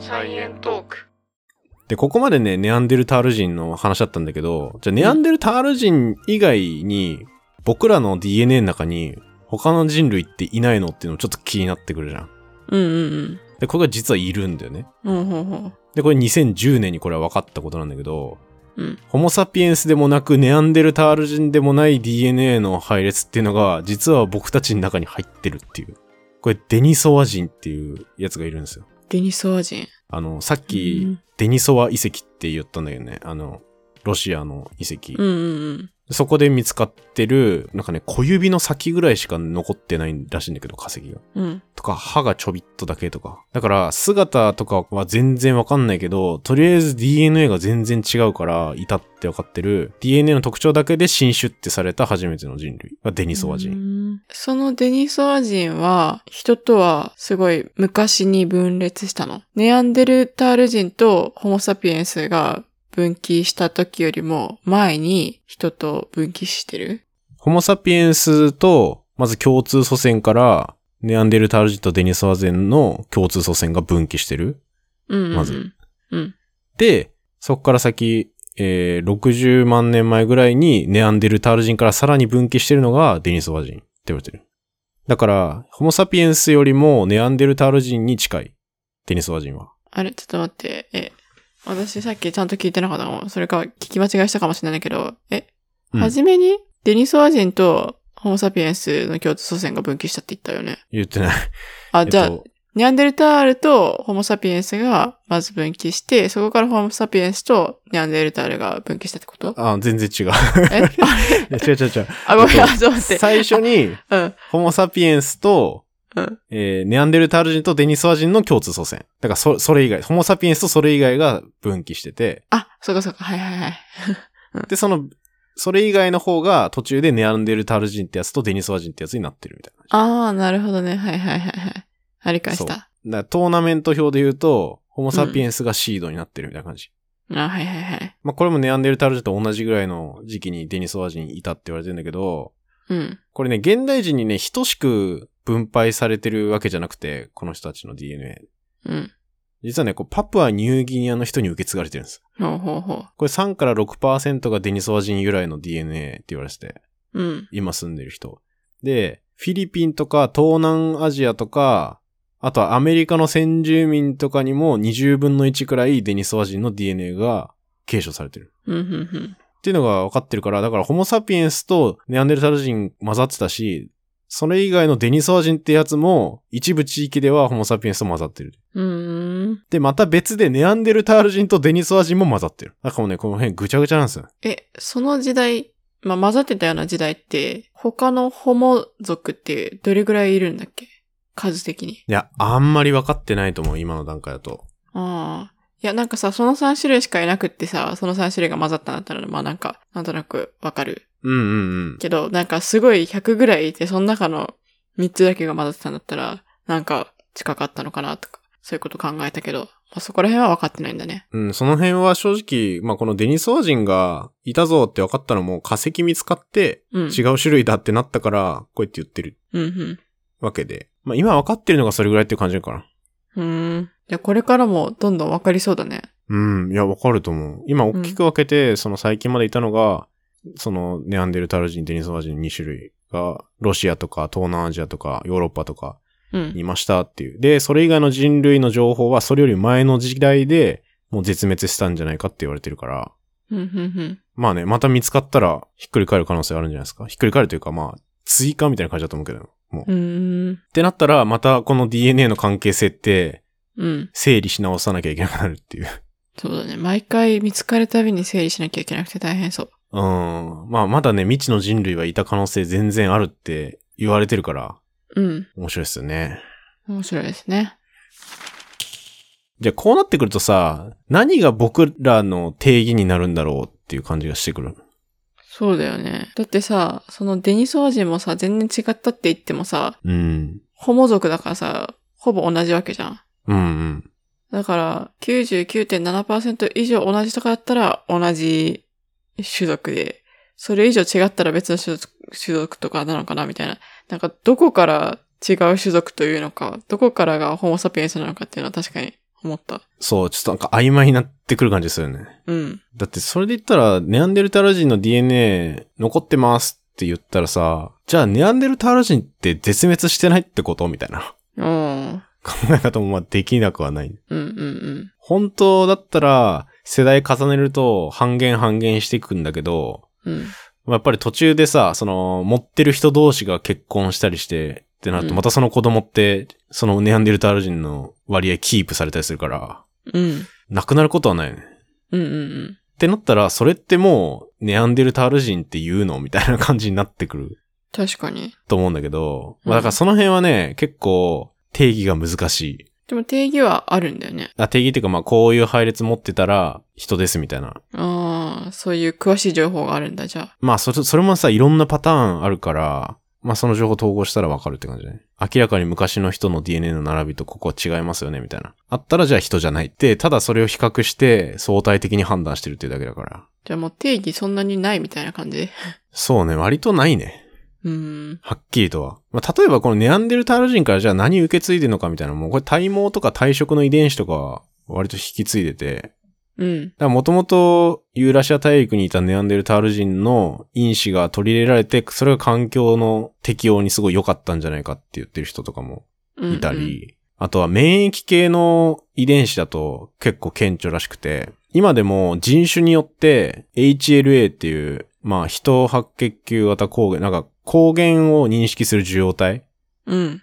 Speaker 1: サイエントーク。
Speaker 2: で、ここまでね、ネアンデルタール人の話だったんだけど、じゃあネアンデルタール人以外に、僕らの DNA の中に、他の人類っていないのっていうのもちょっと気になってくるじゃん。
Speaker 1: うんうん
Speaker 2: で、これが実はいるんだよね。
Speaker 1: うん。うんほんほん。
Speaker 2: で、これ2010年にこれは分かったことなんだけど、
Speaker 1: うん
Speaker 2: ホモ・サピエンスでもなくネアンデルタール人でもない DNA の配列っていうのが実は僕たちの中に入ってるっていう。これデニソワ人っていうやつがいるんですよ。
Speaker 1: デニソワ人。
Speaker 2: あの、さっ
Speaker 1: う
Speaker 2: き、
Speaker 1: ん
Speaker 2: デニソワ遺跡って言ったんだけどね。あの、ロシアの遺跡。
Speaker 1: うんうん
Speaker 2: そこで見つかってる、なんかね、小指の先ぐらいしか残ってないらしいんだけど、化石が。
Speaker 1: うん。うん。
Speaker 2: とか、歯がちょびっとだけとか。だから、姿とかは全然わかんないけど、とりあえず DNA が全然違うから、いたってわかってる、DNA の特徴だけで新種ってされた初めての人類がデニソワ人。
Speaker 1: 人。そのデニソワ人は、人とはすごい昔に分裂したの。ネアンデルタール人とホモサピエンスが分岐した時よりも前に人と分岐してる。
Speaker 2: ホモサピエンスと、まず共通祖先から、ネアンデルタール人とデニソワ人の共通祖先が分岐してる。
Speaker 1: うんうんうん。
Speaker 2: まず
Speaker 1: うん。
Speaker 2: で、そこから先、えー、60万年前ぐらいにネアンデルタール人からさらに分岐してるのがデニソワ人って言われてる。だから、ホモサピエンスよりもネアンデルタール人に近い。デニソワ人は。
Speaker 1: あれ、ちょっと待って。え、私さっきちゃんと聞いてなかったかも。それか聞き間違いしたかもしれないけど、え、
Speaker 2: うん
Speaker 1: はじめにデニソワ人とホモサピエンスの共通祖先が分岐したって言ったよね。
Speaker 2: 言ってない。
Speaker 1: あ、じゃあ、
Speaker 2: えっと
Speaker 1: ネアンデルタールとホモサピエンスがまず分岐して、そこからホモサピエンスとネアンデルタールが分岐したってこと
Speaker 2: あ、全然 違う。
Speaker 1: え
Speaker 2: 違う違う違う。
Speaker 1: あ、ごめん、
Speaker 2: え
Speaker 1: あ、
Speaker 2: っと
Speaker 1: ちょっと待って。
Speaker 2: 最初に、
Speaker 1: うん、
Speaker 2: ホモサピエンスと、
Speaker 1: うん。
Speaker 2: えーネアンデルタール人とデニソワ人の共通祖先。だからそ、それ以外、ホモサピエンスとそれ以外が分岐してて、
Speaker 1: あ、そこそこ、はいはいはい。
Speaker 2: で、その、それ以外の方が途中でネアンデルタール人ってやつとデニソワ人ってやつになってるみたいな。
Speaker 1: あー、なるほどね。はいはいはいはい。あ、理解し
Speaker 2: そ
Speaker 1: た。
Speaker 2: だからトーナメント表で言うと、ホモサピエンスがシードになってるみたいな感じ。
Speaker 1: あ、はいはいはい。
Speaker 2: まあこれもネアンデルタール人と同じぐらいの時期にデニソワ人いたって言われてるんだけど、
Speaker 1: うん。
Speaker 2: これね、現代人にね、等しく分配されてるわけじゃなくて、この人たちの DNA。
Speaker 1: うん。
Speaker 2: 実はね、こうパプアニューギニアの人に受け継がれてるんです。
Speaker 1: ほうほうほう。
Speaker 2: これ3から6%がデニソワ人由来の DNA って言われてて。
Speaker 1: うん。
Speaker 2: 今住んでる人。で、フィリピンとか東南アジアとか、あとはアメリカの先住民とかにも20分の1くらいデニソワ人の DNA が継承されてる。
Speaker 1: うん、うん、
Speaker 2: っていうのが分かってるから、だからホモサピエンスとネアンデルタール人混ざってたし、それ以外のデニソワ人ってやつも一部地域ではホモサピエンスと混ざってる。
Speaker 1: うん。うーん。
Speaker 2: で、また別でネアンデルタール人とデニソワ人も混ざってる。だからもうね、この辺ぐちゃぐちゃなんですよ。
Speaker 1: え、その時代、まあ、混ざってたような時代って、他のホモ族ってどれぐらいいるんだっけ数的に。
Speaker 2: いや、あんまり分かってないと思う、今の段階だと。
Speaker 1: ああ。いや、なんかさ、その3種類しかいなくってさ、その3種類が混ざったんだったら、まあなんか、なんとなくわかる。
Speaker 2: うんうんうん。
Speaker 1: けど、なんかすごい100ぐらいいて、その中の3つだけが混ざってたんだったら、なんか近かったのかなとか。そういうこと考えたけど、まあ、そこら辺は分かってないんだね。
Speaker 2: うん、その辺は正直、まあ、このデニソワ人がいたぞって分かったのも化石見つかって
Speaker 1: うん。
Speaker 2: 違う種類だってなったから、こうやって言ってる
Speaker 1: うんうん。
Speaker 2: わけで。まあ、今分かってるのがそれぐらいっていう感じかな。
Speaker 1: うーん。じゃあこれからもどんどん分かりそうだね。
Speaker 2: うん、いや、分かると思う。今大きく分けて、その最近までいたのが、そのネアンデルタル人、デニソワ人2種類が、ロシアとか東南アジアとかヨーロッパとか
Speaker 1: うん。
Speaker 2: いましたっていう。で、それ以外の人類の情報はそれより前の時代でもう絶滅したんじゃないかって言われてるから。
Speaker 1: うん、うん、
Speaker 2: まあね、また見つかったらひっくり返る可能性あるんじゃないですか。ひっくり返るというか、まあ、追加みたいな感じだと思うけど。も
Speaker 1: う
Speaker 2: う。っ
Speaker 1: ん。うーん。
Speaker 2: てなったら、またこの DNA の関係性って
Speaker 1: うん。
Speaker 2: 整理し直さなきゃいけなくなるっていう。
Speaker 1: そうだね。毎回見つかるたびに整理しなきゃいけなくて大変そう。
Speaker 2: うん。まあ、まだね、未知の人類はいた可能性全然あるって言われてるから、
Speaker 1: うん。
Speaker 2: 面白いですよね。
Speaker 1: 面白いですね。
Speaker 2: じゃあ、こうなってくるとさ、何が僕らの定義になるんだろうっていう感じがしてくる。
Speaker 1: そうだよね。だってさ、そのデニソワ人もさ、全然違ったって言ってもさ、
Speaker 2: うん。
Speaker 1: ホモ族だからさ、ほぼ同じわけじゃん。
Speaker 2: うんうん。
Speaker 1: だから、99.7%以上同じとかだったら同じ種族で、それ以上違ったら別の種族種族とかなのかなみたいな。なんか、どこから違う種族というのか、どこからがホモサピエンスなのかっていうのは確かに思った。
Speaker 2: そう、ちょっとなんか曖昧になってくる感じするよね。
Speaker 1: うん。
Speaker 2: だってそれで言ったら、ネアンデルタール人の DNA 残ってますって言ったらさ、じゃあネアンデルタール人って絶滅してないってことみたいな
Speaker 1: おー
Speaker 2: 考え方もまあできなくはない。
Speaker 1: うんうんうん。
Speaker 2: 本当だったら、世代重ねると半減半減していくんだけど、
Speaker 1: うん。
Speaker 2: まあやっぱり途中でさ、その、持ってる人同士が結婚したりして、ってなる
Speaker 1: う
Speaker 2: と、
Speaker 1: ん
Speaker 2: またその子供って、そのネアンデルタール人の割合キープされたりするから、
Speaker 1: うん。
Speaker 2: なくなることはないよね。
Speaker 1: うんうん
Speaker 2: ってなったら、それってもう、ネアンデルタール人って言うのみたいな感じになってくる
Speaker 1: 確かに。
Speaker 2: と思うんだけど、
Speaker 1: うん
Speaker 2: まあだからその辺はね、結構定義が難しい。
Speaker 1: でも定義はあるんだよね。
Speaker 2: あ定義っていうかまあこういう配列持ってたら人ですみたいな。
Speaker 1: ああ、そういう詳しい情報があるんだ、じゃあ。
Speaker 2: まあそれ、それもさ、いろんなパターンあるから、まあその情報統合したらわかるって感じね。明らかに昔の人の DNA の並びとここ違いますよねみたいな。あったらじゃあ人じゃないって、ただそれを比較して相対的に判断してるっていうだけだから。
Speaker 1: じゃあもう定義そんなにないみたいな感じ。
Speaker 2: そうね、割とないね。
Speaker 1: うーん。
Speaker 2: はっきりとは。まあ、例えばこのネアンデルタール人からじゃあ何受け継いでるのかみたいな、もうこれ体毛とか体色の遺伝子とかは割と引き継いでて、
Speaker 1: うん。
Speaker 2: だからもともとユーラシア大陸にいたネアンデルタール人の因子が取り入れられて、それが環境の適応にすごい良かったんじゃないかって言ってる人とかも
Speaker 1: うん
Speaker 2: いたり、、あとは免疫系の遺伝子だと結構顕著らしくて、今でも人種によって HLA っていう、まあ、人白血球型抗原、なんか抗原を認識する受容体
Speaker 1: うん。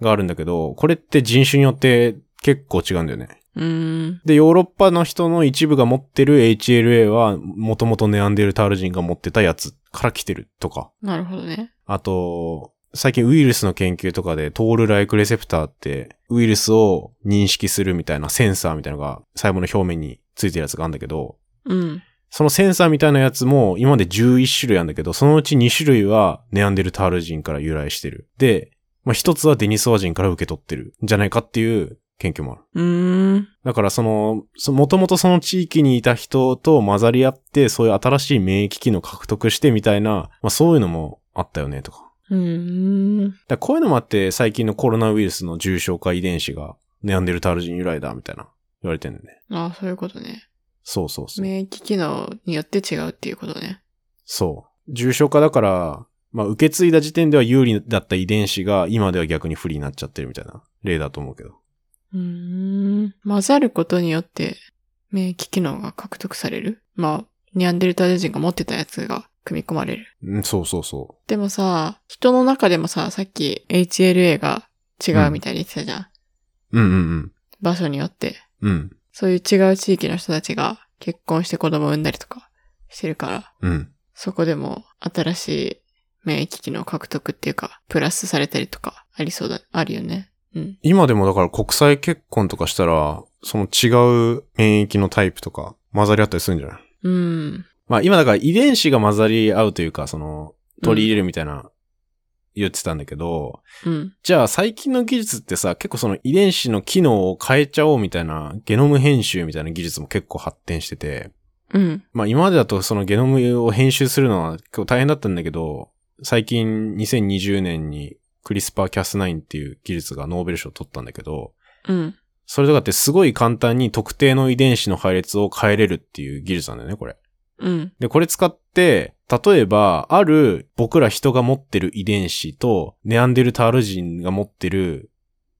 Speaker 2: があるんだけど、これって人種によって結構違うんだよね。
Speaker 1: うん。うーん。
Speaker 2: で、ヨーロッパの人の一部が持ってる HLA は、もともとネアンデルタール人が持ってたやつから来てるとか。
Speaker 1: なるほどね。
Speaker 2: あと、最近ウイルスの研究とかで、トールライクレセプターって、ウイルスを認識するみたいなセンサーみたいなのが、細胞の表面についてるやつがあるんだけど、
Speaker 1: うん。
Speaker 2: そのセンサーみたいなやつも、今まで11種類あるんだけど、そのうち2種類はネアンデルタール人から由来してる。で、まあ、一つはデニソワ人から受け取ってるんじゃないかっていう研究もある。
Speaker 1: うーん。
Speaker 2: だからその、もともとその地域にいた人と混ざり合って、そういう新しい免疫機能獲得してみたいな、まあそういうのもあったよねとか。
Speaker 1: うーん。
Speaker 2: だからこういうのもあって、最近のコロナウイルスの重症化遺伝子がネアンデルタール人由来だみたいな言われてんだよね。
Speaker 1: ああ、そういうことね。
Speaker 2: そうそうそう。
Speaker 1: 免疫機能によって違うっていうことね。
Speaker 2: そう。重症化だから、まあ受け継いだ時点では有利だった遺伝子が今では逆に不利になっちゃってるみたいな例だと思うけど。
Speaker 1: うーん。混ざることによって免疫機能が獲得されるまあ、ニャンデルタール人が持ってたやつが組み込まれる。
Speaker 2: うん、そうそうそ
Speaker 1: でもさ、人の中でもさ、さっき HLA が違うみたいに言ってたじゃん。
Speaker 2: う。うんうん
Speaker 1: 場所によって。
Speaker 2: うん。うん。
Speaker 1: そういう違う地域の人たちが結婚して子供を産んだりとかしてるから、
Speaker 2: うん。
Speaker 1: そこでも新しい免疫機能獲得っていうか、プラスされたりとかありそうだ、あるよね。うん。
Speaker 2: 今でもだから国際結婚とかしたら、その違う免疫のタイプとか混ざり合ったりするんじゃない
Speaker 1: うん。
Speaker 2: まあ今だから遺伝子が混ざり合うというか、その取り入れるみたいな言ってたんだけど、
Speaker 1: うん。
Speaker 2: じゃあ最近の技術ってさ、結構その遺伝子の機能を変えちゃおうみたいな、ゲノム編集みたいな技術も結構発展してて、
Speaker 1: うん。
Speaker 2: まあ今までだとそのゲノムを編集するのは結構大変だったんだけど、最近2020年にクリスパーキャス9っていう技術がノーベル賞を取ったんだけど、
Speaker 1: うん。
Speaker 2: それとかってすごい簡単に特定の遺伝子の配列を変えれるっていう技術なんだよね、これ。
Speaker 1: うん。
Speaker 2: で、これ使って、例えば、ある僕ら人が持ってる遺伝子と、ネアンデルタール人が持ってる、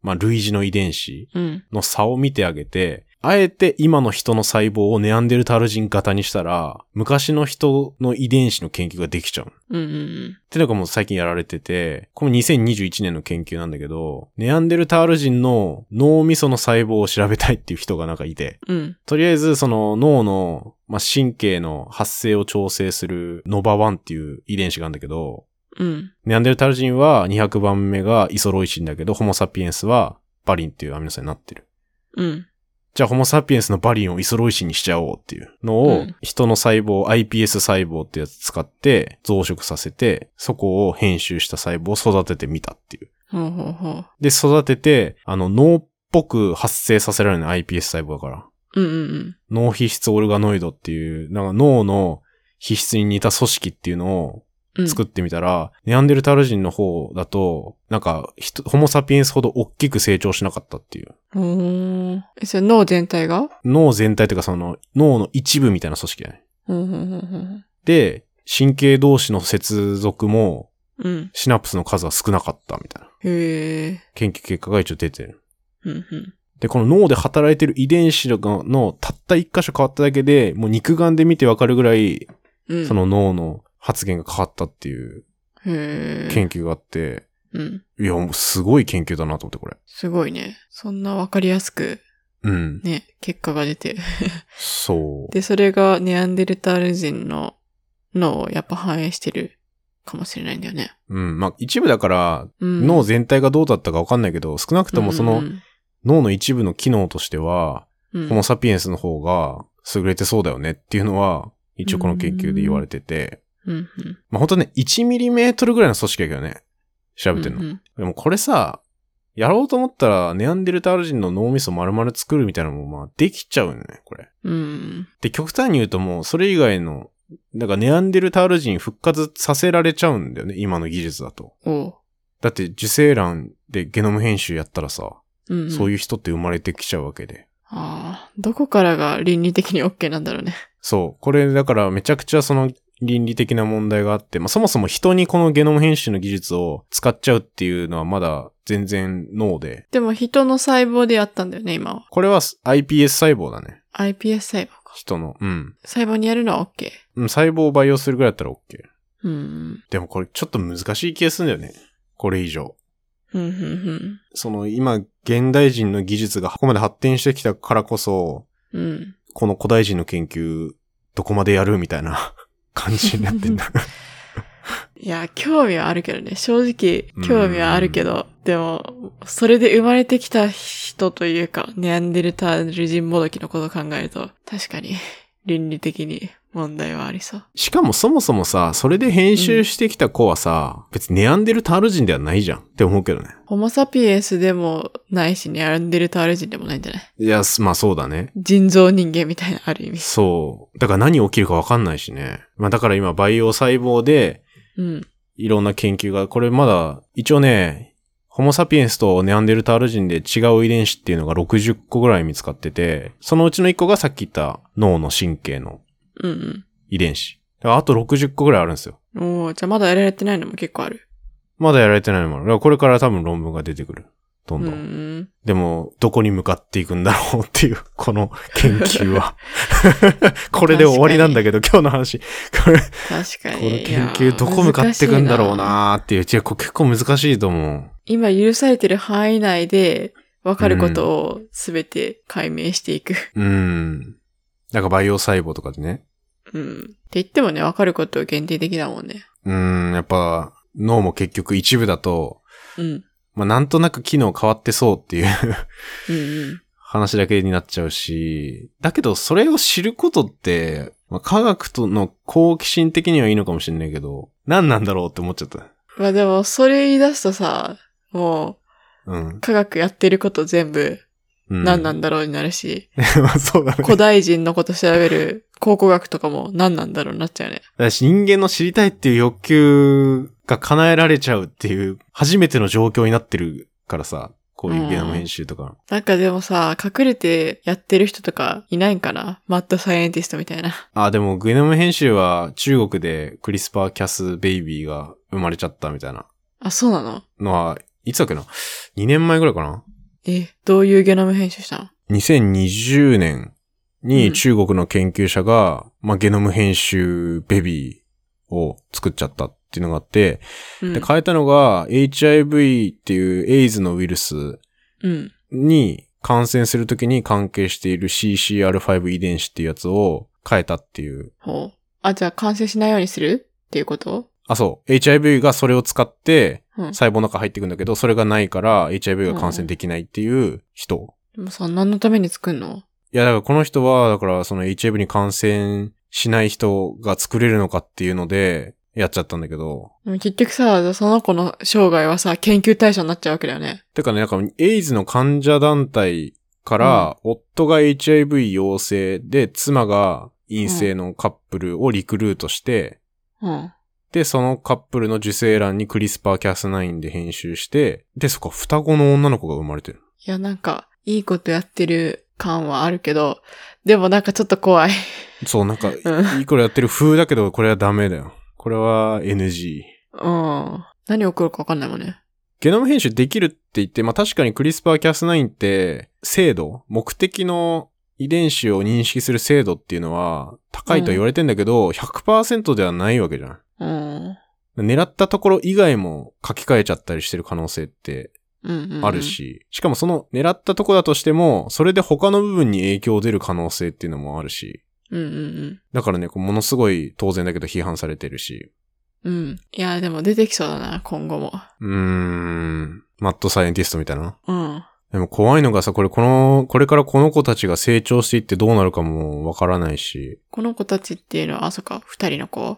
Speaker 2: まあ、類似の遺伝子
Speaker 1: うん。
Speaker 2: の差を見てあげて、あえて今の人の細胞をネアンデルタール人型にしたら、昔の人の遺伝子の研究ができちゃう。
Speaker 1: うん。うん。
Speaker 2: ってのがもう最近やられてて、この2021年の研究なんだけど、ネアンデルタール人の脳みその細胞を調べたいっていう人がなんかいて、
Speaker 1: うん。
Speaker 2: とりあえずその脳の、まあ、神経の発生を調整するノバ1っていう遺伝子があるんだけど、
Speaker 1: うん。
Speaker 2: ネアンデルタール人は200番目がイソロイシンだけど、ホモサピエンスはバリンっていうアミノ酸になってる。
Speaker 1: うん。
Speaker 2: じゃあホモサピエンスのバリンをイソロイシンにしちゃおうっていうの
Speaker 1: う
Speaker 2: を
Speaker 1: ん、
Speaker 2: 人の細胞、iPS 細胞ってやつ使って増殖させて、そこを編集した細胞を育ててみたっていう。
Speaker 1: ほうほうほう。
Speaker 2: で、育てて、あの、脳っぽく発生させられない iPS 細胞だから。
Speaker 1: うんうん
Speaker 2: 脳皮質オルガノイドっていう、なんか脳の皮質に似た組織っていうのを
Speaker 1: うん。
Speaker 2: 作ってみたら、ネアンデルタール人の方だと、なんかひと、ホモサピエンスほど大きく成長しなかったっていう。
Speaker 1: ほーえ、それ脳全体が
Speaker 2: 脳全体というかその脳の一部みたいな組織だね。
Speaker 1: ほうほうほうほう。
Speaker 2: で、神経同士の接続も
Speaker 1: うん。
Speaker 2: シナプスの数は少なかったみたいな。
Speaker 1: へえ。
Speaker 2: 研究結果が一応出てる。
Speaker 1: うんうん。
Speaker 2: で、この脳で働いてる遺伝子ののたった一箇所変わっただけで、もう肉眼で見てわかるぐらい、
Speaker 1: うん。
Speaker 2: そ、の脳の発現が変わったっていう
Speaker 1: へえ。
Speaker 2: 研究があって、
Speaker 1: うん。
Speaker 2: いや、もうすごい研究だなと思って、これ。
Speaker 1: すごいね。そんなわかりやすく、
Speaker 2: うん。
Speaker 1: ね、結果が出て。
Speaker 2: そう。
Speaker 1: で、それがネアンデルタール人の脳をやっぱ反映してるかもしれないんだよね。
Speaker 2: うん。まあ、一部だから、
Speaker 1: うん。
Speaker 2: 脳全体がどうだったかわかんないけど、少なくともそ
Speaker 1: うん
Speaker 2: の
Speaker 1: うん
Speaker 2: 脳の一部の機能としては、
Speaker 1: うん、
Speaker 2: ホモサピエンスの方が優れてそうだよねっていうのは、一応この研究で言われてて、
Speaker 1: うんうん。
Speaker 2: まあ、ほんとね、1ミリメートルぐらいの組織だけどね、調べてるの。
Speaker 1: うんうん
Speaker 2: でもこれさ、やろうと思ったら、ネアンデルタール人の脳みそ丸々作るみたいなのも、まあ、できちゃうよね、これ。
Speaker 1: うん。
Speaker 2: で、極端に言うともう、それ以外の、なんかネアンデルタール人復活させられちゃうんだよね、今の技術だと。
Speaker 1: おう。
Speaker 2: だって受精卵でゲノム編集やったらさ、
Speaker 1: うんうん、
Speaker 2: そう
Speaker 1: いう。
Speaker 2: いう人って生まれてきちゃうわけで。
Speaker 1: ああ、どこからが倫理的に OK なんだろうね。
Speaker 2: そう。これだからめちゃくちゃその倫理的な問題があって、まあそもそも人にこのゲノム編集の技術を使っちゃうっていうのはまだ全然脳で。
Speaker 1: でも人の細胞でやったんだよね、今は。
Speaker 2: これは iPS 細胞だね。
Speaker 1: iPS 細胞か。
Speaker 2: 人の。うん。
Speaker 1: 細胞にやるのは OK。
Speaker 2: うん細胞を培養するぐらいだったら OK。
Speaker 1: うん。
Speaker 2: でもこれちょっと難しい気がするんだよね。これ以上。
Speaker 1: うん、うん、
Speaker 2: その今、現代人の技術がここまで発展してきたからこそ、
Speaker 1: うん。うん。
Speaker 2: この古代人の研究、どこまでやるみたいな 感じになってんだ。
Speaker 1: いや、興味はあるけどね。正直、興味はあるけど、でも、それで生まれてきた人というか、ネアンデルタール人もどきのことを考えると、確かに、倫理的に問題はありそう。
Speaker 2: しかもそもそもさ、それで編集してきた子はさ、別にネアンデルタール人ではないじゃんって思うけどね。
Speaker 1: ホモサピエンスでもないし、ネアンデルタール人でもないんじゃない
Speaker 2: いや、すまあそうだね。
Speaker 1: 人造人間みたいな、ある意味。
Speaker 2: そう。だから何起きるかわかんないしね。まあだから今、培養細胞で、
Speaker 1: うん。
Speaker 2: いろんな研究が、これまだ、一応ね、ホモサピエンスとネアンデルタール人で違う遺伝子っていうのが60個ぐらい見つかってて、そのうちの1個がさっき言った脳の神経の
Speaker 1: うん
Speaker 2: 遺伝子。だからあと60個ぐらいあるんですよ。
Speaker 1: うん。おーじゃあまだやられてないのも結構ある。
Speaker 2: まだやられてないもの。だからこれから多分論文が出てくる。ど
Speaker 1: うん
Speaker 2: どん。
Speaker 1: ん。
Speaker 2: でも、どこに向かっていくんだろうっていう、 この研究は。これで終わりなんだけど、今日の話。これ、こ
Speaker 1: 確か
Speaker 2: の
Speaker 1: に。
Speaker 2: 研究どこ向かっていくんだろう
Speaker 1: いやー。難しい
Speaker 2: なーっていう。いや、これ結構難しいと思う。
Speaker 1: 今許されてる範囲内で分かることを全て解明していく。
Speaker 2: うん。なんか培養細胞とかでね。
Speaker 1: うん。って言ってもね、分かることは限定的だもんね。
Speaker 2: うん、やっぱ脳も結局一部だと、
Speaker 1: うん。
Speaker 2: まあなんとなく機能変わってそうっていう
Speaker 1: うんうん。
Speaker 2: 話だけになっちゃうし、だけどそれを知ることって、まあ科学との好奇心的にはいいのかもしれないけど、何なんだろうって思っちゃった。
Speaker 1: まあでも、それ言い出すとさ、も
Speaker 2: うん
Speaker 1: う、。科学やってること全部、
Speaker 2: うん、
Speaker 1: 何なん
Speaker 2: だ
Speaker 1: だろうになるし、
Speaker 2: そうだね。
Speaker 1: 古代人のこと調べる考古学とかも何なんだろうになっちゃうね。
Speaker 2: だし人間の知りたいっていう欲求が叶えられちゃうっていう、初めての状況になってるからさ、こういうゲノム編集とか。
Speaker 1: なんかでもさ、隠れてやってる人とかいないんかなマッドサイエンティストみたいな。
Speaker 2: あ、でもゲノム編集は中国でクリスパーキャスベイビーが生まれちゃったみたいな
Speaker 1: あ、そうなの
Speaker 2: のは、いつだっけな ?2 年前ぐらいかな
Speaker 1: え、どういうゲノム編集したの
Speaker 2: ?2020 年
Speaker 1: う
Speaker 2: に
Speaker 1: ん
Speaker 2: 中国の研究者が、まあ、ゲノム編集ベビーを作っちゃったっていうのがあって、
Speaker 1: うん
Speaker 2: で、。変えたのが HIV っていうエイズのウイルス
Speaker 1: うん。
Speaker 2: に感染するときに関係している CCR5 遺伝子っていうやつを変えたっていう。
Speaker 1: ほう。あ、じゃあ完成しないようにするっていうこと
Speaker 2: あ、そう。HIV がそれを使って
Speaker 1: うん
Speaker 2: 細胞の中入ってくんだけど、それがないから HIV が感染できないっていう人。
Speaker 1: でもさ、何のために作んの
Speaker 2: いや、だからこの人は、だからその HIV に感染しない人が作れるのかっていうので、やっちゃったんだけど。
Speaker 1: でも結局さ、その子の生涯はさ、研究対象になっちゃうわけだよね。
Speaker 2: てかね、なんか、エイズの患者団体から、夫が HIV 陽性で、妻が陰性のカップルをリクルートして、
Speaker 1: うん。
Speaker 2: で、そのカップルの受精卵にクリスパーキャス9で編集して、で、そっか、双子の女の子が生まれてる。
Speaker 1: いや、なんか、いいことやってる感はあるけど、でもなんかちょっと怖い。
Speaker 2: そう、なんか、
Speaker 1: う
Speaker 2: いいこれやってる風だけど、これはダメだよ。これは NG。
Speaker 1: うん。何起こるかわかんないもんね。
Speaker 2: ゲノム編集できるって言って、まあ、確かにクリスパーキャス9って、精度、目的の遺伝子を認識する精度っていうのは、高いとは言われてんだけど、100%ではないわけじゃん。
Speaker 1: うん。うん
Speaker 2: 狙ったところ以外も書き換えちゃったりしてる可能性って
Speaker 1: うん、うん。
Speaker 2: ある。し、しかもその狙ったとこだとしても、それで他の部分に影響出る可能性っていうのもあるし、
Speaker 1: うんうん
Speaker 2: だからね、こうものすごい当然だけど批判されてるし、
Speaker 1: うん。うん。いや、でも出てきそうだな、今後も。
Speaker 2: うーん、マッドサイエンティストみたいな。
Speaker 1: うん。
Speaker 2: でも怖いのがさ、これこの、これからこの子たちが成長していってどうなるかもわからないし、
Speaker 1: この子たちっていうのは、あ、そっか、二人の子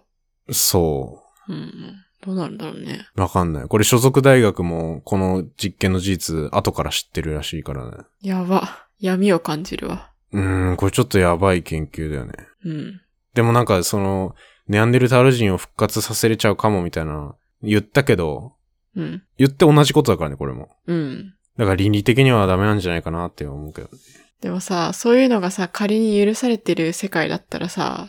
Speaker 2: そ
Speaker 1: うんうん。どうなるんだろうね。
Speaker 2: う、わかんない。これ所属大学もこの実験の事実後から知ってるらしいからね。
Speaker 1: やば。闇を感じるわ。
Speaker 2: うーん、これちょっとやばい研究だよね。
Speaker 1: うん。
Speaker 2: でもなんかその、ネアンデルタール人を復活させれちゃうかもみたいな、言ったけど、
Speaker 1: うん。
Speaker 2: 言って同じことだからね、これも。
Speaker 1: うん。
Speaker 2: だから倫理的にはダメなんじゃないかなって思うけどね。
Speaker 1: でもさ、そういうのがさ、仮に許されてる世界だったらさ、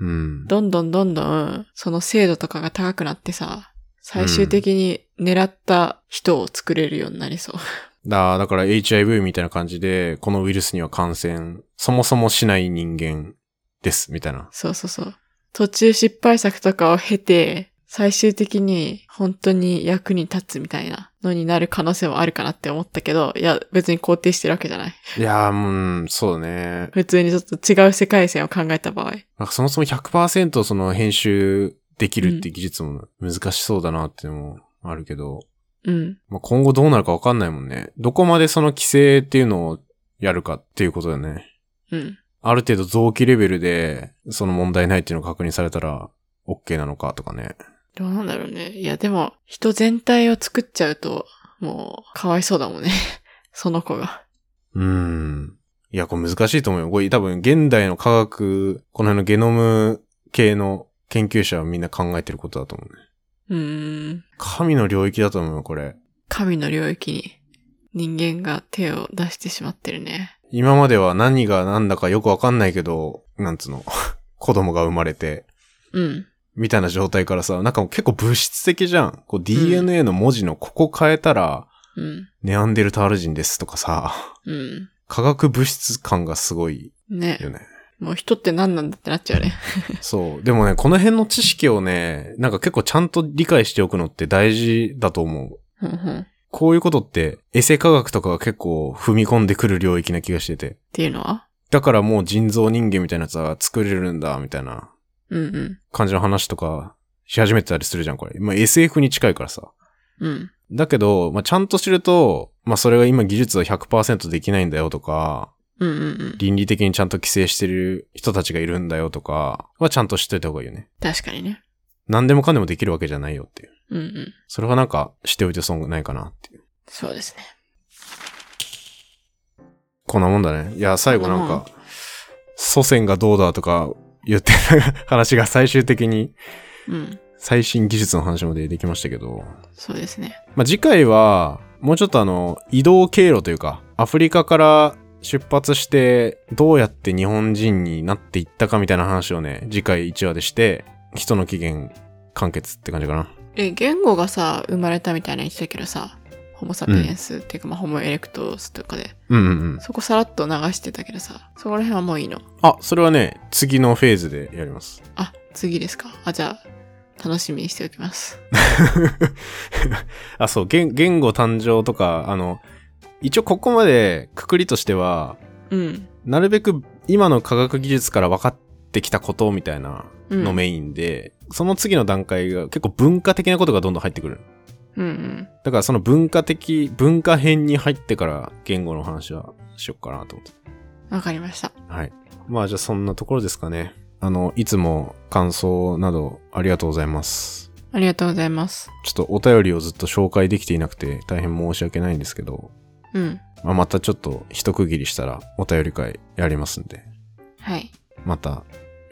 Speaker 2: うん。
Speaker 1: どんどんどんどん、その精度とかが高くなってさ、最終的に狙った人を作れるようになりそう。
Speaker 2: だだから HIV みたいな感じで、このウイルスには感染、そもそもしない人間です、みたいな。
Speaker 1: そうそうそう。途中失敗作とかを経て、最終的に本当に役に立つみたいなのになる可能性もあるかなって思ったけど、いや、別に肯定してるわけじゃない。
Speaker 2: いやー、うん、そうだね。
Speaker 1: 普通にちょっと違う世界線を考えた場合。
Speaker 2: なんかそもそも100%その編集できるって技術も難しそうだなっていうのもあるけど、
Speaker 1: うん。
Speaker 2: まあ、今後どうなるかわかんないもんね。どこまでその規制っていうのをやるかっていうことだよね。
Speaker 1: うん。
Speaker 2: ある程度臓器レベルで、その問題ないっていうのが確認されたら、OK なのかとかね。
Speaker 1: どうなんだろうね。いや、でも、人全体を作っちゃうと、もう、かわいそうだもんね。 その子が。
Speaker 2: うーん。いや、これ難しいと思うよ。これ多分現代の科学、この辺のゲノム系の研究者はみんな考えてることだと思うね。
Speaker 1: うーん。
Speaker 2: 神の領域だと思うよ、これ。
Speaker 1: 神の領域に人間が手を出してしまってるね。
Speaker 2: 今までは何が何だかよくわかんないけど、なんつうの、 子供が生まれて、
Speaker 1: うん。
Speaker 2: みたいな状態からさ、なんかもう結構物質的じゃん。こう DNA の文字のここ変えたら、
Speaker 1: うん。
Speaker 2: ネアンデルタール人ですとかさ、
Speaker 1: う
Speaker 2: 化学物質感がすごい
Speaker 1: ん。ね。
Speaker 2: よね。
Speaker 1: もう人って何なんだってなっちゃうね。
Speaker 2: そう。でもね、この辺の知識をね、なんか結構ちゃんと理解しておくのって大事だと思う。
Speaker 1: ふんふんっ
Speaker 2: こういうことって、エセ科学とかが結構踏み込んでくる領域な気がしてて。
Speaker 1: ていうのは
Speaker 2: だからもう人造人間みたいなやつは作れるんだ、みたいな
Speaker 1: うんう
Speaker 2: 感じの話とかし始めてたりするじゃん、これ。まあ SF に近いからさ。
Speaker 1: ん。うん。
Speaker 2: だけど、まあちゃんと知ると、まあそれが今技術は100%できないんだよとか、
Speaker 1: うんうんうん。
Speaker 2: 倫理的にちゃんと規制してる人たちがいるんだよとかはちゃんと知っといた方がいいよね。
Speaker 1: 確かにね。
Speaker 2: 何でもかんでもできるわけじゃないよっていう。
Speaker 1: うんうん。
Speaker 2: それはなんかしておいて損ないかなっていう。
Speaker 1: そうですね。
Speaker 2: こんなもんだね。いや、最後なん
Speaker 1: うん
Speaker 2: か、祖先がどうだとか言ってる話が最終的に
Speaker 1: うん。
Speaker 2: 最新技術の話までできましたけど、
Speaker 1: そうですね。
Speaker 2: まあ、次回は、もうちょっとあの、移動経路というか、アフリカから出発して、どうやって日本人になっていったかみたいな話をね、次回1話でして、人の起源完結って感じかな。
Speaker 1: え、言語がさ、生まれたみたいなの言ってたけどさ、ホモサピエンス、っていうか、まあ、ホモエレクトスとかで、
Speaker 2: うんうんうん。
Speaker 1: そこさらっと流してたけどさ、そこら辺はもういいの。
Speaker 2: あ、それはね、次のフェーズでやります。
Speaker 1: あ、次ですか。あ、じゃあ、楽しみにしておきます。
Speaker 2: あ、そう、言言語誕生とか、あの、一応ここまでくくりとしては、
Speaker 1: うん。
Speaker 2: なるべく今の科学技術から分かってきたことみたいな
Speaker 1: うん、
Speaker 2: のメインで、その次の段階が結構文化的なことがどんどん入ってくる。
Speaker 1: うんうん。
Speaker 2: だからその文化的、文化編に入ってから言語の話はしよっかなと思って。
Speaker 1: わかりました。
Speaker 2: はい。まあじゃあそんなところですかね。あの、いつも感想などありがとうございます。
Speaker 1: ありがとうございます。
Speaker 2: ちょっとお便りをずっと紹介できていなくて大変申し訳ないんですけど、
Speaker 1: うん。
Speaker 2: まあ、またちょっと一区切りしたらお便り会やりますんで、
Speaker 1: はい。
Speaker 2: また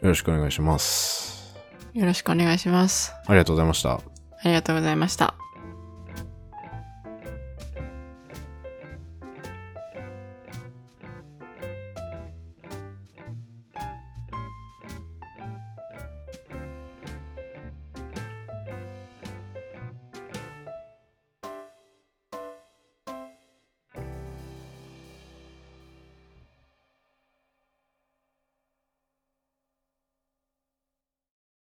Speaker 2: よろしくお願いします。
Speaker 1: よろしくお願いします。
Speaker 2: ありがとうございました。
Speaker 1: ありがとうございました。